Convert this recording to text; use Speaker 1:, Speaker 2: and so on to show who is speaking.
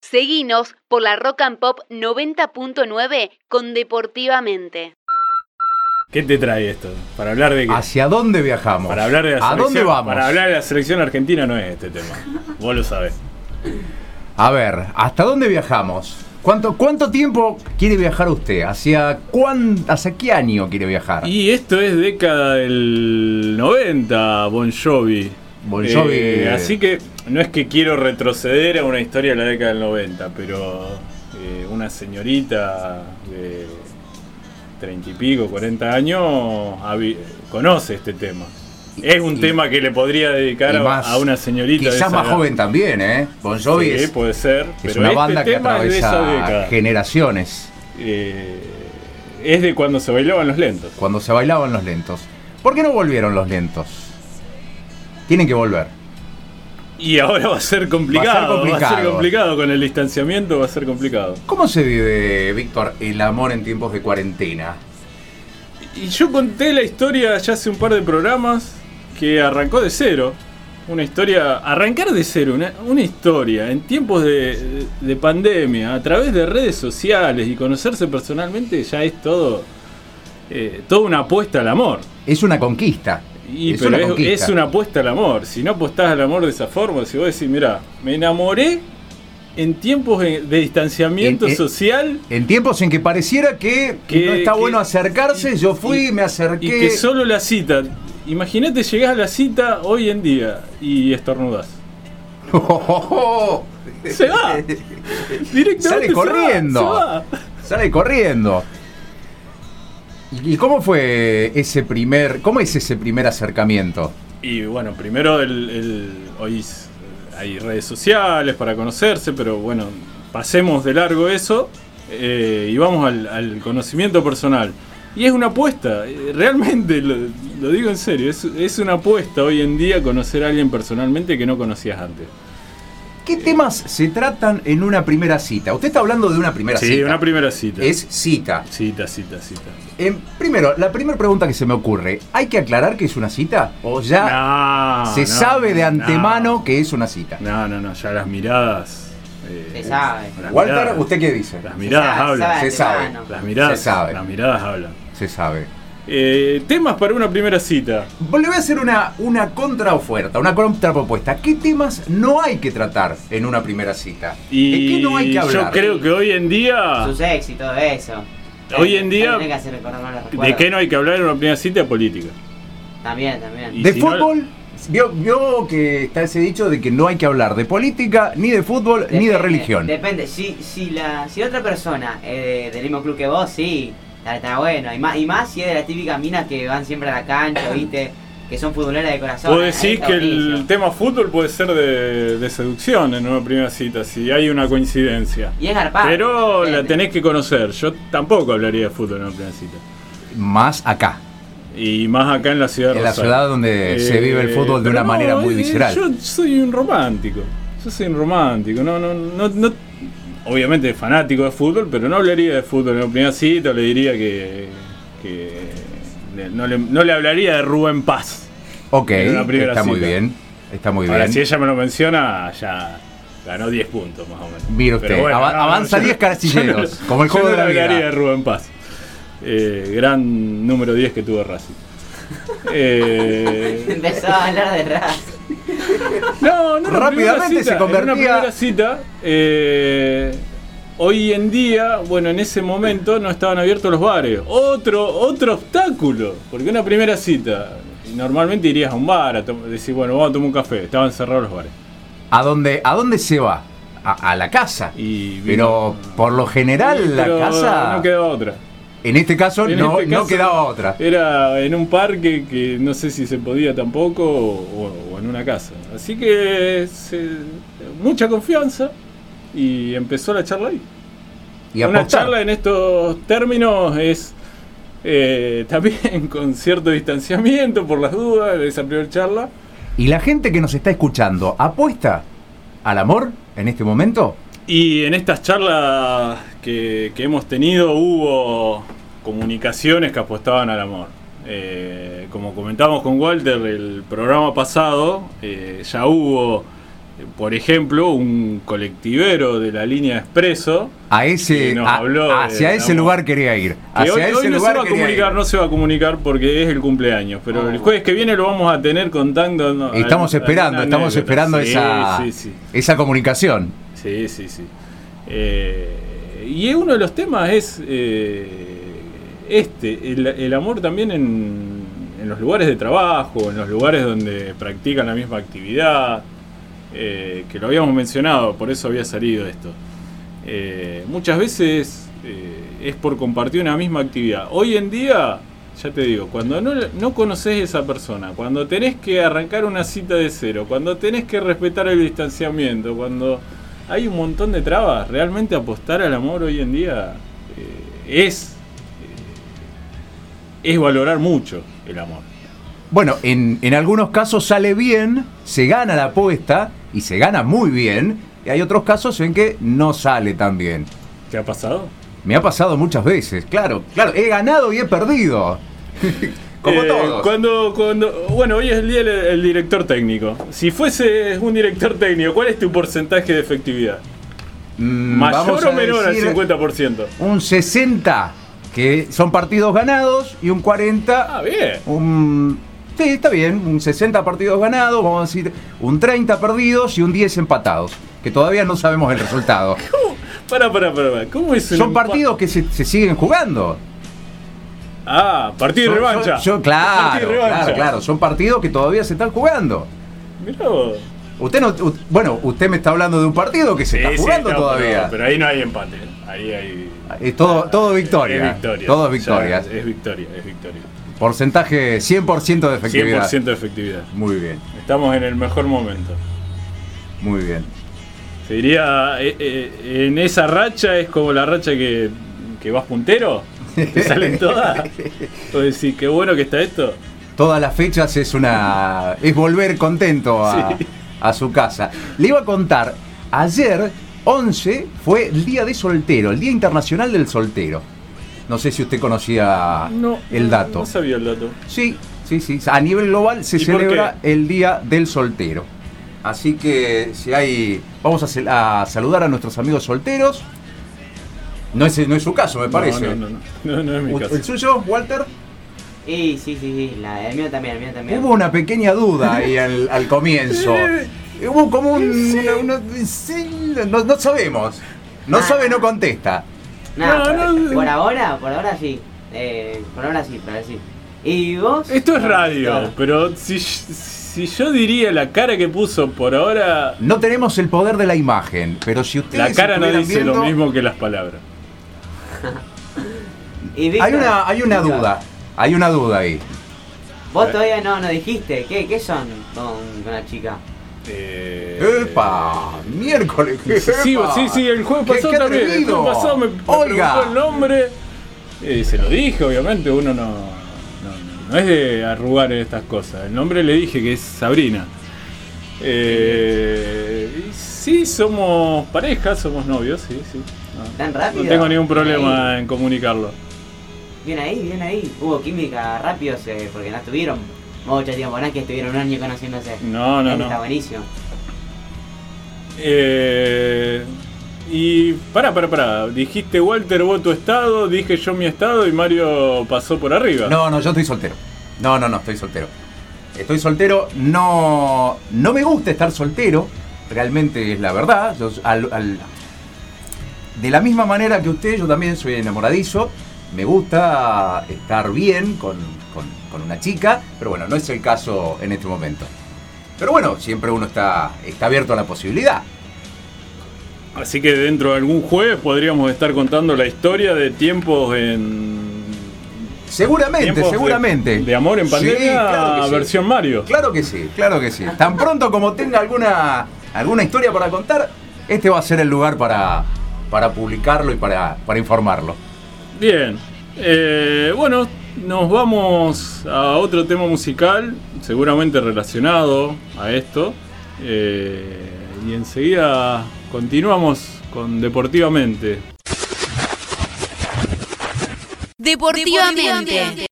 Speaker 1: Seguinos por la Rock and Pop 90.9 con Deportivamente.
Speaker 2: ¿Qué te trae esto? Para hablar de qué?
Speaker 3: ¿Hacia dónde viajamos?
Speaker 2: Para hablar de la
Speaker 3: ¿A dónde
Speaker 2: selección-
Speaker 3: vamos?
Speaker 2: Para hablar de la selección argentina no es este tema. Vos lo sabés.
Speaker 3: A ver, ¿hasta dónde viajamos? ¿Cuánto, cuánto tiempo quiere viajar usted? ¿Hacia, cuán, ¿Hacia qué año quiere viajar?
Speaker 2: Y esto es década del 90, Bon Jovi.
Speaker 3: Bon Jovi.
Speaker 2: Eh, así que no es que quiero retroceder a una historia de la década del 90, pero eh, una señorita de 30 y pico, 40 años, habi- conoce este tema. Es un
Speaker 3: Y-
Speaker 2: tema que le podría dedicar
Speaker 3: Y
Speaker 2: a,
Speaker 3: más-
Speaker 2: a una señorita. de
Speaker 3: Quizás
Speaker 2: esa
Speaker 3: más
Speaker 2: edad.
Speaker 3: joven también, ¿eh? Bon Jovi
Speaker 2: Sí,
Speaker 3: es,
Speaker 2: puede ser.
Speaker 3: es
Speaker 2: pero
Speaker 3: una
Speaker 2: este
Speaker 3: banda que
Speaker 2: tema es de esa
Speaker 3: atraviesa
Speaker 2: década.
Speaker 3: generaciones.
Speaker 2: Eh, es de cuando se bailaban los lentos.
Speaker 3: Cuando se bailaban los lentos. ¿Por qué no volvieron los lentos? Tienen que volver.
Speaker 2: Y ahora va a ser complicado. Va a ser complicado,
Speaker 3: complicado.
Speaker 2: con el distanciamiento, va a ser complicado.
Speaker 3: ¿Cómo se vive, Víctor, el amor en tiempos de cuarentena?
Speaker 2: Y yo conté la historia ya hace un par de programas que arrancó de cero. Una historia, arrancar de cero, una, una historia en tiempos de, de pandemia, a través de redes sociales y conocerse personalmente ya es todo, eh, toda una apuesta al amor.
Speaker 3: Es una conquista.
Speaker 2: Y,
Speaker 3: es,
Speaker 2: pero
Speaker 3: una
Speaker 2: es-
Speaker 3: conquista.
Speaker 2: es, una apuesta al amor. Si no apostás al amor de esa forma, si vos decís, mira, me enamoré en tiempos de de distanciamiento
Speaker 3: En- en-
Speaker 2: social
Speaker 3: En tiempos en que pareciera que, que
Speaker 2: Que-
Speaker 3: no está
Speaker 2: que-
Speaker 3: bueno acercarse,
Speaker 2: y-
Speaker 3: yo fui,
Speaker 2: y-
Speaker 3: me acerqué.
Speaker 2: y que solo la cita. Imagínate, llegás a la cita hoy en día y estornudás.
Speaker 3: Oh,
Speaker 2: Se va. Directamente
Speaker 3: Sale
Speaker 2: se va,
Speaker 3: corriendo.
Speaker 2: se va.
Speaker 3: Sale corriendo. ¿Y y cómo fue ese primer, cómo es ese primer acercamiento?
Speaker 2: Y bueno, primero el, el- hoy s- hay redes sociales para conocerse, pero bueno, pasemos de largo eso eh, y vamos al, al conocimiento personal. Y es una apuesta, eh, realmente, lo, lo digo en serio, es, es una apuesta hoy en día conocer a alguien personalmente que no conocías antes. Eh.
Speaker 3: ¿Qué temas se tratan en una primera cita? Usted está hablando de una primera
Speaker 2: sí,
Speaker 3: cita.
Speaker 2: una primera cita.
Speaker 3: Es cita.
Speaker 2: Cita, cita, cita.
Speaker 3: Em, primero, la primera pregunta que se me ocurre, ¿hay que aclarar que es una cita? ¿O ya
Speaker 2: Oh, No,
Speaker 3: se
Speaker 2: no,
Speaker 3: sabe de
Speaker 2: no.
Speaker 3: antemano que es una cita?
Speaker 2: No, no, no, ya las miradas. eh,
Speaker 4: Se sabe.
Speaker 2: las
Speaker 3: Walter,
Speaker 2: miradas-
Speaker 3: ¿usted qué dice?
Speaker 2: Las miradas
Speaker 4: sabe,
Speaker 2: hablan.
Speaker 3: se
Speaker 4: de
Speaker 3: sabe.
Speaker 4: antemano.
Speaker 2: Las miradas,
Speaker 3: Se sabe.
Speaker 2: Las miradas hablan.
Speaker 3: Se sabe.
Speaker 2: Eh, temas para una primera cita.
Speaker 3: Pues Le voy a hacer una, una contraoferta, una contrapropuesta. ¿Qué temas no hay que tratar en una primera cita?
Speaker 2: Y
Speaker 3: ¿De qué no hay que
Speaker 2: yo
Speaker 3: hablar?
Speaker 2: creo que hoy en día.
Speaker 4: Su sexo y todo eso.
Speaker 2: Ah. Hoy en día-
Speaker 4: Tenés que hacer recordar los
Speaker 2: ¿De
Speaker 4: recuerdos.
Speaker 2: qué no hay que hablar en una primera cita? Política.
Speaker 4: También, también.
Speaker 2: Y
Speaker 3: ¿De
Speaker 2: si no-
Speaker 3: fútbol? Vio, vio que está ese dicho de que no hay que hablar de política, ni de fútbol, ni de
Speaker 4: Depende,
Speaker 3: religión.
Speaker 4: Depende, si, si la si otra persona eh, del mismo club que vos, sí, está, está bueno. Y más, y más si es de las típicas minas que van siempre a la cancha, viste, que son futboleras de corazón. Ah,
Speaker 2: Vos
Speaker 4: Ahí
Speaker 2: decís
Speaker 4: está
Speaker 2: que el
Speaker 4: buenísimo.
Speaker 2: tema fútbol puede ser de, de seducción en una primera cita, si hay una coincidencia.
Speaker 4: Y es garpado.
Speaker 2: Pero la
Speaker 4: depende.
Speaker 2: tenés que conocer. Yo tampoco hablaría de fútbol en una primera cita.
Speaker 3: Más acá.
Speaker 2: Y más acá en la ciudad de
Speaker 3: En la
Speaker 2: Rosario.
Speaker 3: ciudad donde se vive el fútbol de
Speaker 2: pero
Speaker 3: una manera muy
Speaker 2: eh,
Speaker 3: visceral.
Speaker 2: Yo soy un romántico. Yo soy un romántico. No, no, no, no- obviamente fanático de fútbol, pero no hablaría de fútbol en la primera cita. Le diría que. que le- no, le, no le hablaría de Rubén Paz.
Speaker 3: Ok,
Speaker 2: En una primera
Speaker 3: está muy
Speaker 2: cita.
Speaker 3: bien. Está muy
Speaker 2: Ahora,
Speaker 3: bien.
Speaker 2: si ella me lo menciona, ya ganó 10 puntos más o menos.
Speaker 3: Mira usted,
Speaker 2: Pero
Speaker 3: ava- avanza
Speaker 2: yo-
Speaker 3: 10 castilleros,
Speaker 2: yo no-
Speaker 3: como el
Speaker 2: yo
Speaker 3: juego
Speaker 2: no
Speaker 3: de la
Speaker 2: le hablaría
Speaker 3: vida.
Speaker 2: de Rubén Paz. Eh, gran número 10 que tuvo Racing. Eh,
Speaker 4: Empezó a hablar de raza.
Speaker 2: No, no, en una
Speaker 3: Rápidamente
Speaker 2: primera
Speaker 3: se convertía-
Speaker 2: En una primera cita, eh, hoy en día, bueno, en ese momento no estaban abiertos los bares. Otro, otro obstáculo, porque una primera cita, normalmente irías a un bar a tom- decir, bueno, vamos a tomar un café. Estaban cerrados los bares.
Speaker 3: ¿A dónde, ¿A dónde se va? A, a la casa.
Speaker 2: Y
Speaker 3: Pero por lo general la
Speaker 2: Pero
Speaker 3: casa,
Speaker 2: No quedaba otra.
Speaker 3: en este caso,
Speaker 2: En
Speaker 3: no,
Speaker 2: este
Speaker 3: no
Speaker 2: caso-
Speaker 3: quedaba otra.
Speaker 2: Era en un parque que no sé si se podía tampoco o, o en una casa. Así que se- mucha confianza y empezó la charla ahí.
Speaker 3: Y
Speaker 2: Una
Speaker 3: apostar.
Speaker 2: charla en estos términos es eh, también con cierto distanciamiento por las dudas de esa primera charla.
Speaker 3: Y la gente que nos está escuchando, ¿apuesta al amor en este momento?
Speaker 2: Y en estas charlas que, que hemos tenido hubo comunicaciones que apostaban al amor. Eh, como comentábamos con Walter el programa pasado, eh, ya hubo por ejemplo, un colectivero de la línea Expreso.
Speaker 3: A
Speaker 2: Y
Speaker 3: ese,
Speaker 2: nos
Speaker 3: a-
Speaker 2: habló de-
Speaker 3: hacia ese
Speaker 2: digamos,
Speaker 3: lugar quería ir.
Speaker 2: Que
Speaker 3: Hacia
Speaker 2: hoy, hoy
Speaker 3: ese
Speaker 2: no se
Speaker 3: lugar
Speaker 2: va a
Speaker 3: quería ir.
Speaker 2: comunicar, no se va a comunicar porque es el cumpleaños. Pero
Speaker 4: Oh.
Speaker 2: el jueves que viene lo vamos a tener contando. no,
Speaker 3: Ah, Estamos
Speaker 2: alguna-
Speaker 3: esperando,
Speaker 2: alguna
Speaker 3: estamos
Speaker 2: anécdota.
Speaker 3: esperando
Speaker 2: Sí,
Speaker 3: esa,
Speaker 2: Sí, sí,
Speaker 3: esa comunicación.
Speaker 2: sí. sí, sí. Eh, y uno de los temas es eh, este: el, el amor también en, en los lugares de trabajo, en los lugares donde practican la misma actividad. eh, que lo habíamos mencionado, por eso había salido esto. Eh, muchas veces eh, es por compartir una misma actividad. Hoy en día, ya te digo, cuando no, no conoces a esa persona, cuando tenés que arrancar una cita de cero, cuando tenés que respetar el distanciamiento, cuando hay un montón de trabas, realmente apostar al amor hoy en día eh, es, eh, es valorar mucho el amor.
Speaker 3: Bueno, en, en algunos casos sale bien, se gana la apuesta y se gana muy bien. Y hay otros casos en que no sale tan bien.
Speaker 2: ¿Te ha pasado?
Speaker 3: Me ha pasado muchas veces, claro, claro. He ganado y he perdido. Como
Speaker 2: Eh,
Speaker 3: todos.
Speaker 2: Cuando, cuando, bueno, hoy es el día del el director técnico. Si fuese un director técnico, ¿cuál es tu porcentaje de efectividad?
Speaker 3: Mm, vamos
Speaker 2: ¿Mayor
Speaker 3: a
Speaker 2: o menor
Speaker 3: decir
Speaker 2: al 50%?
Speaker 3: Un 60, que son partidos ganados, y un 40,
Speaker 2: Ah, bien.
Speaker 3: un... Sí, está bien, un 60 partidos ganados, vamos a decir un 30 perdidos y un 10 empatados, que todavía no sabemos el resultado.
Speaker 2: Para, para, para. ¿Cómo es un
Speaker 3: Son
Speaker 2: empa-
Speaker 3: partidos que se, se siguen jugando.
Speaker 2: Ah, partido de
Speaker 3: Son- son-
Speaker 2: revancha. Partido
Speaker 3: son- claro,
Speaker 2: de revancha.
Speaker 3: claro, claro, son partidos que todavía se están jugando.
Speaker 2: Mirá vos.
Speaker 3: Usted no, u- bueno, usted me está hablando de un partido que se
Speaker 2: Sí,
Speaker 3: está
Speaker 2: sí,
Speaker 3: jugando
Speaker 2: está,
Speaker 3: todavía.
Speaker 2: Pero, pero ahí no hay empate. Ahí hay.
Speaker 3: Es todo, todo victoria.
Speaker 2: Es victoria.
Speaker 3: Todo
Speaker 2: Ya,
Speaker 3: victoria.
Speaker 2: es victoria, es victoria.
Speaker 3: Porcentaje 100% de efectividad.
Speaker 2: 100% de efectividad.
Speaker 3: Muy bien,
Speaker 2: Estamos en el mejor momento.
Speaker 3: muy bien.
Speaker 2: Se diría, eh, eh, en esa racha es como la racha que, que vas puntero, te salen todas. O decís, qué bueno que está esto.
Speaker 3: Todas las fechas es una. es volver contento a,
Speaker 2: Sí.
Speaker 3: a su casa. Le iba a contar, ayer, 11, fue el día de soltero, el Día Internacional del Soltero. No sé si usted conocía el dato.
Speaker 2: No sabía el dato.
Speaker 3: Sí, sí, sí. A nivel global se
Speaker 2: ¿Y por
Speaker 3: celebra el Día del Soltero. Así que si hay. Vamos a, cel- a saludar a nuestros amigos solteros. No es, no es su caso, me parece.
Speaker 2: No, no, no, no, no es mi
Speaker 3: ¿U-
Speaker 2: caso.
Speaker 3: ¿El suyo, Walter?
Speaker 4: Y sí, sí, sí, la, el mío también, el mío también.
Speaker 3: Hubo una pequeña duda ahí al, al comienzo. Hubo como un. una- una- sí, no, no sabemos. No
Speaker 4: Ah.
Speaker 3: sabe, no contesta.
Speaker 4: Nah,
Speaker 2: No,
Speaker 4: por,
Speaker 2: no.
Speaker 4: por ahora, por ahora sí. Eh, por ahora sí, por ahora sí. ¿Y vos?
Speaker 2: Esto es
Speaker 4: No,
Speaker 2: radio,
Speaker 4: no.
Speaker 2: pero si, si yo diría la cara que puso por ahora,
Speaker 3: No tenemos el poder de la imagen, pero si ustedes.
Speaker 2: la cara no
Speaker 3: estuvieran
Speaker 2: dice lo
Speaker 3: viendo,
Speaker 2: mismo que las palabras.
Speaker 4: ¿Y Víctor?
Speaker 3: Hay una, hay una
Speaker 4: Víctor,
Speaker 3: duda. Hay una duda ahí.
Speaker 4: Vos todavía no, no dijiste. ¿Qué, qué son con, con la chica?
Speaker 2: Eh,
Speaker 3: ¡Epa! Miércoles.
Speaker 2: Sí,
Speaker 3: epa.
Speaker 2: sí, sí, el jueves
Speaker 3: Qué-
Speaker 2: pasado
Speaker 3: qué
Speaker 2: también. El
Speaker 3: atrevido.
Speaker 2: jueves pasado me, me preguntó
Speaker 3: Oiga,
Speaker 2: el nombre. Eh, se lo dije, obviamente, uno no, no, no es de arrugar en estas cosas. El nombre le dije que es Sabrina. Eh, y sí, somos pareja, somos novios, sí, sí. No,
Speaker 4: ¿Tan rápido?
Speaker 2: no tengo ningún problema en comunicarlo.
Speaker 4: Bien ahí, bien ahí. Hubo química rápido se- porque no estuvieron mucho tiempo, no es que estuvieron un año conociéndose.
Speaker 2: No, no,
Speaker 4: Eso
Speaker 2: no.
Speaker 4: Está buenísimo.
Speaker 2: Eh, y pará, pará, pará. Dijiste Walter, vos tu estado, dije yo mi estado y Mario pasó por arriba.
Speaker 3: No, no, yo estoy soltero. No, no, no, estoy soltero. Estoy soltero, no, no me gusta estar soltero, realmente es la verdad. Yo, al- al- de la misma manera que usted, yo también soy enamoradizo, me gusta estar bien con, con- con una chica, pero bueno, no es el caso en este momento. Pero bueno, siempre uno está, está abierto a la posibilidad.
Speaker 2: Así que dentro de algún jueves podríamos estar contando la historia de tiempos en.
Speaker 3: Seguramente,
Speaker 2: tiempos de-
Speaker 3: seguramente.
Speaker 2: De, amor en
Speaker 3: Sí,
Speaker 2: pandemia,
Speaker 3: claro que sí.
Speaker 2: versión Mario.
Speaker 3: Claro que sí, claro que sí. Tan pronto como tenga alguna, alguna historia para contar, este va a ser el lugar para, para publicarlo y para, para informarlo.
Speaker 2: Bien. Eh, bueno, nos vamos a otro tema musical, seguramente relacionado a esto. Eh, y enseguida continuamos con Deportivamente.
Speaker 1: Deportivamente.